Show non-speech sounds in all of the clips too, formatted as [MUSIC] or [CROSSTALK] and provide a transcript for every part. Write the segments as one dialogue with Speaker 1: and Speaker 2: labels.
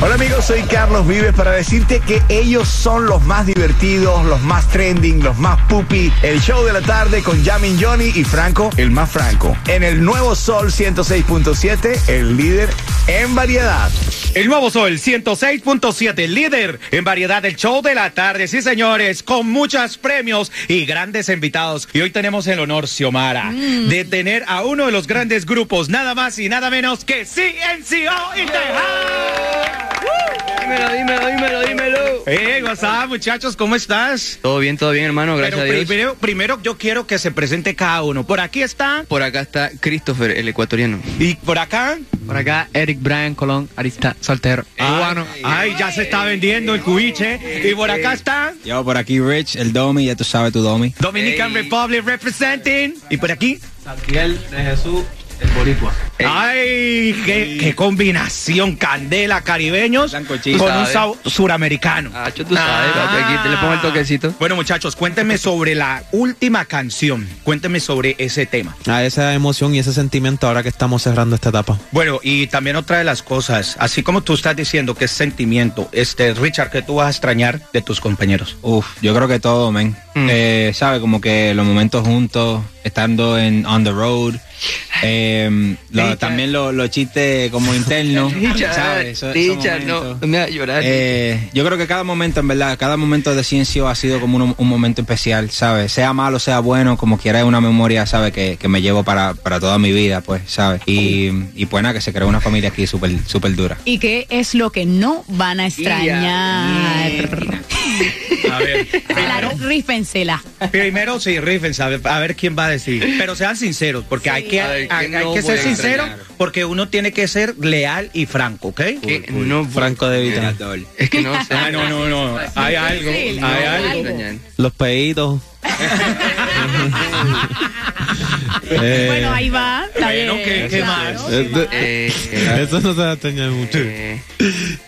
Speaker 1: Hola amigos, soy Carlos Vives para decirte que ellos son los más divertidos, los más trending, los más pupi. El show de la tarde con Yamin Johnny y Franco, el más franco. En el nuevo Sol 106.7, el líder en variedad.
Speaker 2: El nuevo Sol 106.7, líder en variedad del show de la tarde. Sí, señores, con muchos premios y grandes invitados. Y hoy tenemos el honor, Xiomara,
Speaker 3: Mm.
Speaker 2: de tener a uno de los grandes grupos, nada más y nada menos que CNCO in the house.
Speaker 3: Dímelo, dímelo, dímelo, dímelo.
Speaker 2: Hey, what's up, muchachos? ¿Cómo estás?
Speaker 3: Todo bien, todo bien, hermano, gracias
Speaker 2: Pero
Speaker 3: a Dios.
Speaker 2: primero, primero yo quiero que se presente cada uno. Por aquí está.
Speaker 3: Por acá está Christopher, el ecuatoriano.
Speaker 2: Y por acá.
Speaker 4: Por acá, Eric Brian Colón, arista soltero.
Speaker 3: Ah,
Speaker 2: Ay, ay, ya se está vendiendo el cubiche. Y por
Speaker 3: Eh,
Speaker 2: acá está.
Speaker 5: Yo, por aquí Rich, el Domi, ya tú sabes tu Domi.
Speaker 2: Dominican
Speaker 3: eh.
Speaker 2: Republic representing. Y por aquí.
Speaker 4: Miguel de Jesús, el boricua.
Speaker 3: Ah,
Speaker 2: Ay, qué, qué combinación, candela, caribeños
Speaker 5: Blanco chis,
Speaker 2: con un
Speaker 3: ¿sabes?
Speaker 2: sau- suramericano.
Speaker 3: Ah, yo tú sabes, papi, aquí te le pongo el toquecito.
Speaker 2: Bueno, muchachos, cuéntenme sobre la última canción. Cuéntenme sobre ese tema.
Speaker 6: a esa emoción y ese sentimiento ahora que estamos cerrando esta etapa.
Speaker 2: Bueno, y también otra de las cosas, así como tú estás diciendo que es sentimiento, este Richard, que tú vas a extrañar de tus compañeros.
Speaker 5: Uf, yo creo que todo, men.
Speaker 3: Mm.
Speaker 5: Eh, ¿Sabes? Como que los momentos juntos, estando en On the Road. eh, lo-
Speaker 3: Richard.
Speaker 5: también lo- los chistes
Speaker 3: [LAUGHS]
Speaker 5: como internos. ¿sabes? Eso-
Speaker 3: Richard,
Speaker 5: esos
Speaker 3: Richard, eh, no,
Speaker 5: momentos.
Speaker 3: no me va a llorar.
Speaker 5: Eh, yo creo que cada momento, en verdad, cada momento de Ciencio ha sido como un, un momento especial, ¿sabes? Sea malo, sea bueno, como quiera, es una memoria, ¿sabes? Que, que me llevo para, para toda mi vida, pues, ¿sabes? Y, y pues nada, que se creó una familia aquí súper súper dura.
Speaker 7: ¿Y qué es lo que no van a extrañar?
Speaker 2: A ver,
Speaker 7: Claro, rífensela.
Speaker 2: Primero sí, rifen, ¿sabe? a ver quién va a decir. Pero sean sinceros, porque hay que,
Speaker 3: A ver,
Speaker 2: hay,
Speaker 3: ¿quién
Speaker 2: hay
Speaker 3: no
Speaker 2: que ser
Speaker 3: puede
Speaker 2: sincero,
Speaker 3: engañar?
Speaker 2: porque uno tiene que ser leal y franco, ¿ok?
Speaker 3: Que no,
Speaker 6: Franco de Vita.
Speaker 3: es que no sé.
Speaker 2: Ah, no, no, no. Hay algo, hay
Speaker 7: Sí,
Speaker 2: algo.
Speaker 6: Los peitos. Eh,
Speaker 7: bueno, ahí va. está
Speaker 2: Bueno,
Speaker 7: bien,
Speaker 2: ¿qué- qué
Speaker 7: claro,
Speaker 2: más?
Speaker 7: sí
Speaker 6: Eh,
Speaker 7: va.
Speaker 3: Eh, eh,
Speaker 6: eso no se va a extrañar mucho.
Speaker 3: eh.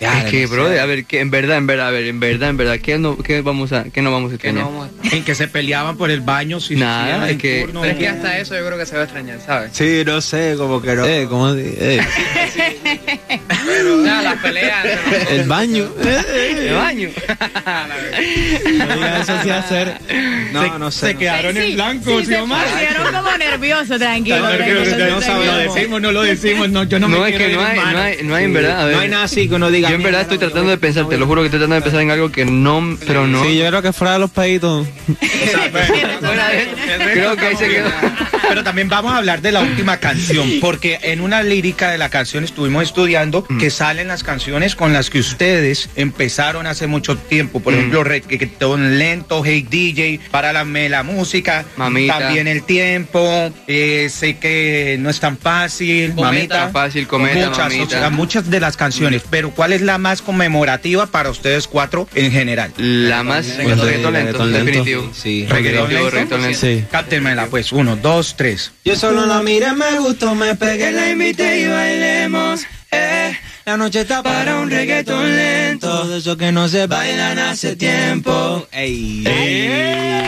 Speaker 5: Ya,
Speaker 3: es que,
Speaker 5: demasiado.
Speaker 3: brother, a ver, que en verdad, en verdad, a ver, en verdad, en verdad, ¿qué no, qué vamos a, qué no vamos a extrañar?
Speaker 2: En que se peleaban por el baño, si
Speaker 3: Nada,
Speaker 2: si
Speaker 3: es que,
Speaker 2: turno.
Speaker 3: pero es que hasta eso yo creo que se va a extrañar, ¿sabes?
Speaker 5: Sí, no sé, como que no.
Speaker 6: Eh, ¿cómo di- eh,
Speaker 3: Nada, las peleas.
Speaker 6: el
Speaker 5: [LAUGHS]
Speaker 6: baño.
Speaker 3: [LAUGHS]
Speaker 5: Eh,
Speaker 3: El [LAUGHS] baño.
Speaker 6: No digas eso sí hacer.
Speaker 5: No,
Speaker 2: se,
Speaker 5: no sé.
Speaker 2: se
Speaker 5: no sé.
Speaker 2: quedaron en
Speaker 7: Sí,
Speaker 2: blanco,
Speaker 7: sí,
Speaker 2: sí,
Speaker 7: se
Speaker 2: Omar.
Speaker 7: pusieron como nervioso, tranquilo.
Speaker 2: Están
Speaker 7: tranquilo,
Speaker 2: nerviosos,
Speaker 7: tranquilo.
Speaker 2: no saben, lo decimos, no lo decimos, no, yo no,
Speaker 3: No,
Speaker 2: me
Speaker 3: es
Speaker 2: quiero
Speaker 3: que
Speaker 2: ir,
Speaker 3: no hay,
Speaker 2: hermano.
Speaker 3: no hay, no hay en verdad, a ver.
Speaker 5: No hay nada así que uno diga.
Speaker 3: Yo en verdad estoy tratando de pensar, te lo juro que estoy tratando de pensar en algo que no, pero no.
Speaker 6: Sí, yo creo que fuera de los peitos.
Speaker 3: Bueno, a ver, creo que ahí se quedó.
Speaker 2: Pero también vamos a hablar de la última canción, porque en una lírica de la canción estuvimos estudiando
Speaker 3: Mm.
Speaker 2: que salen las canciones con las que ustedes empezaron hace mucho tiempo.
Speaker 3: Mm.
Speaker 2: Por ejemplo, Reggaetón Lento, Hey DJ, para la, me la música,
Speaker 3: Mamita.
Speaker 2: también el tiempo, eh, sé que no es tan fácil,
Speaker 3: Cometa,
Speaker 2: mamita.
Speaker 3: fácil, cometa,
Speaker 2: muchas,
Speaker 3: mamita. Mm.
Speaker 2: o sea, muchas de las canciones, pero ¿cuál es la más conmemorativa para ustedes cuatro en general?
Speaker 3: La más
Speaker 6: Reggaetón
Speaker 3: reggaetón lento,
Speaker 6: lento.
Speaker 3: definitivo.
Speaker 5: Sí.
Speaker 2: Reggaetón
Speaker 3: Definitivo,
Speaker 2: lento.
Speaker 3: reggaetón lento.
Speaker 6: Sí.
Speaker 2: Cántenmela pues, uno, dos, tres.
Speaker 5: Yo solo la miré, me gustó, me pegué, la invité y bailemos. Eh. La noche está para un reggaetón lento. De eso que no se bailan hace tiempo. Ey.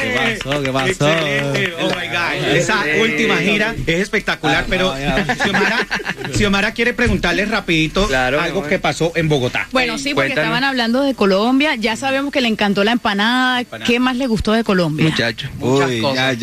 Speaker 6: ¿Qué pasó? ¿Qué pasó?
Speaker 2: Excelente. Oh my God. Esa última gira es espectacular, pero Xiomara, Xiomara quiere preguntarle rapidito
Speaker 3: Claro, mi
Speaker 2: algo
Speaker 3: amor.
Speaker 2: que pasó en Bogotá.
Speaker 7: Bueno, sí, porque
Speaker 3: Cuéntanos.
Speaker 7: estaban hablando de Colombia. Ya sabemos que le encantó la empanada. ¿Qué más le gustó de Colombia?
Speaker 3: Muchachos.
Speaker 5: Muchas cosas.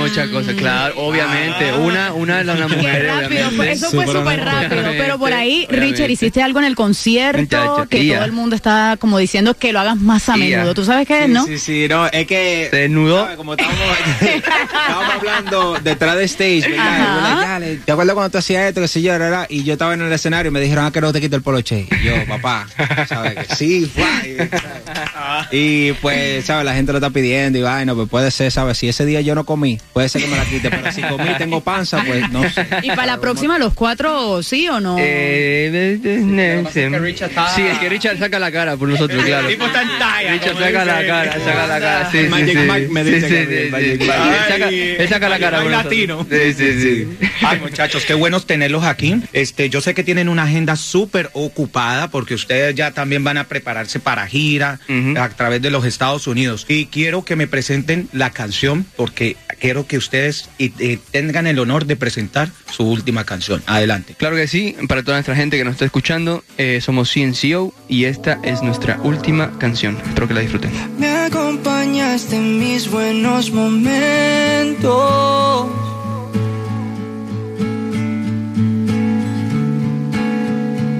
Speaker 3: Muchas cosas, claro, obviamente. Una, una de las las
Speaker 7: Qué
Speaker 3: mujeres.
Speaker 7: rápido,
Speaker 3: obviamente.
Speaker 7: fue- eso fue
Speaker 6: Súper
Speaker 7: súper rápido.
Speaker 3: obviamente,
Speaker 7: Pero por ahí,
Speaker 3: obviamente.
Speaker 7: Richard, hiciste algo en el concierto
Speaker 3: Muchacho,
Speaker 7: que
Speaker 3: tía.
Speaker 7: todo el mundo está como diciendo que lo hagas más a
Speaker 3: Tía.
Speaker 7: menudo. ¿Tú sabes qué es, no?
Speaker 5: Sí, sí, no, es que.
Speaker 3: Se desnudó.
Speaker 5: ¿sabes?
Speaker 2: [LAUGHS]
Speaker 5: Como estábamos, estábamos hablando detrás de stage, ¿verdad?
Speaker 7: Ajá.
Speaker 5: Yo le- ya le- ¿Te acuerdas cuando tú hacías esto, que sé yo, rara? Y yo estaba en el escenario y me dijeron, ah, que no te quito el poloche. Y yo, papá, ¿sabes? Que sí, fue. y, ¿sabes? Y pues, ¿sabes? La gente lo está pidiendo y vaina, pues puede ser, ¿sabes? Si ese día yo no comí, puede ser que me la quite, pero si comí y tengo panza, pues no sé.
Speaker 7: Y para la próxima, los cuatro, ¿sí o no?
Speaker 3: Eh, de- de-
Speaker 4: lo que pasa es que Richard está-
Speaker 3: Sí, es que Richard saca la cara por nosotros, claro.
Speaker 2: El tipo está en talla,
Speaker 3: Richard
Speaker 2: como
Speaker 3: saca la
Speaker 2: dice.
Speaker 3: cara, saca la cara. Sí, sí,
Speaker 8: Magic
Speaker 3: sí.
Speaker 8: Mike me
Speaker 3: Sí,
Speaker 8: dice
Speaker 3: sí,
Speaker 8: que
Speaker 3: sí,
Speaker 8: el
Speaker 3: sí,
Speaker 8: Magic
Speaker 3: sí.
Speaker 8: Mike.
Speaker 3: Él saca- Él saca la cara.
Speaker 2: Ay,
Speaker 3: por nosotros.
Speaker 2: latino.
Speaker 3: Sí, sí, sí.
Speaker 8: [LAUGHS]
Speaker 2: Ay, muchachos, qué buenos tenerlos aquí. Este, yo sé que tienen una agenda súper ocupada porque ustedes ya también van a prepararse para gira
Speaker 3: Ujú.
Speaker 2: a través de los Estados Unidos. Y quiero que me presenten la canción porque quiero que ustedes eh, eh, tengan el honor de presentar su última canción. Adelante.
Speaker 3: Claro que sí, para toda nuestra gente que nos está escuchando, eh, somos CNCO y esta es nuestra última canción. Espero que la disfruten.
Speaker 5: Me acompañaste en mis buenos momentos.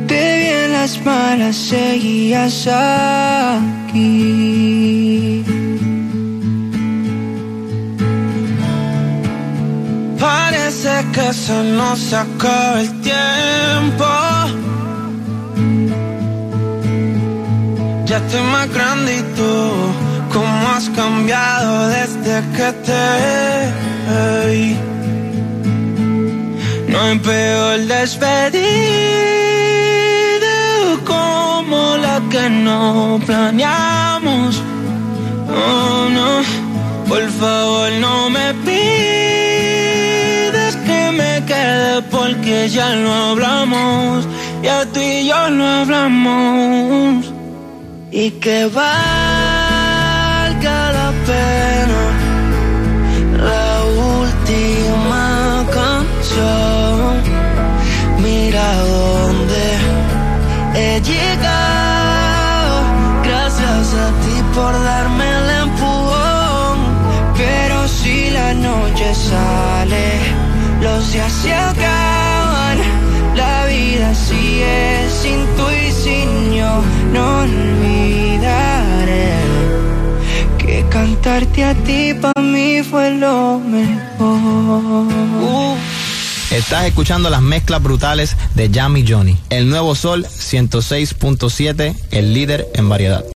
Speaker 5: Te vi en las malas, seguías aquí. Parece que se nos acaba el tiempo. Ya estoy más grande y tú, cómo has cambiado desde que te vi. No hay peor despedida como la que no planeamos. Oh no, por favor no me pidas que me quede porque ya lo hablamos. Ya tú y yo lo hablamos y que valga la pena la última canción. Mira dónde he llegado. Gracias a ti por darme el empujón. Pero si la noche sale, los días se acaban. La vida sigue sin tú y sin yo. No olvidaré que cantarte a ti para mí fue lo mejor.
Speaker 9: Estás escuchando las mezclas brutales de Jamie Johnny. El nuevo Sol 106.7, el líder en variedad.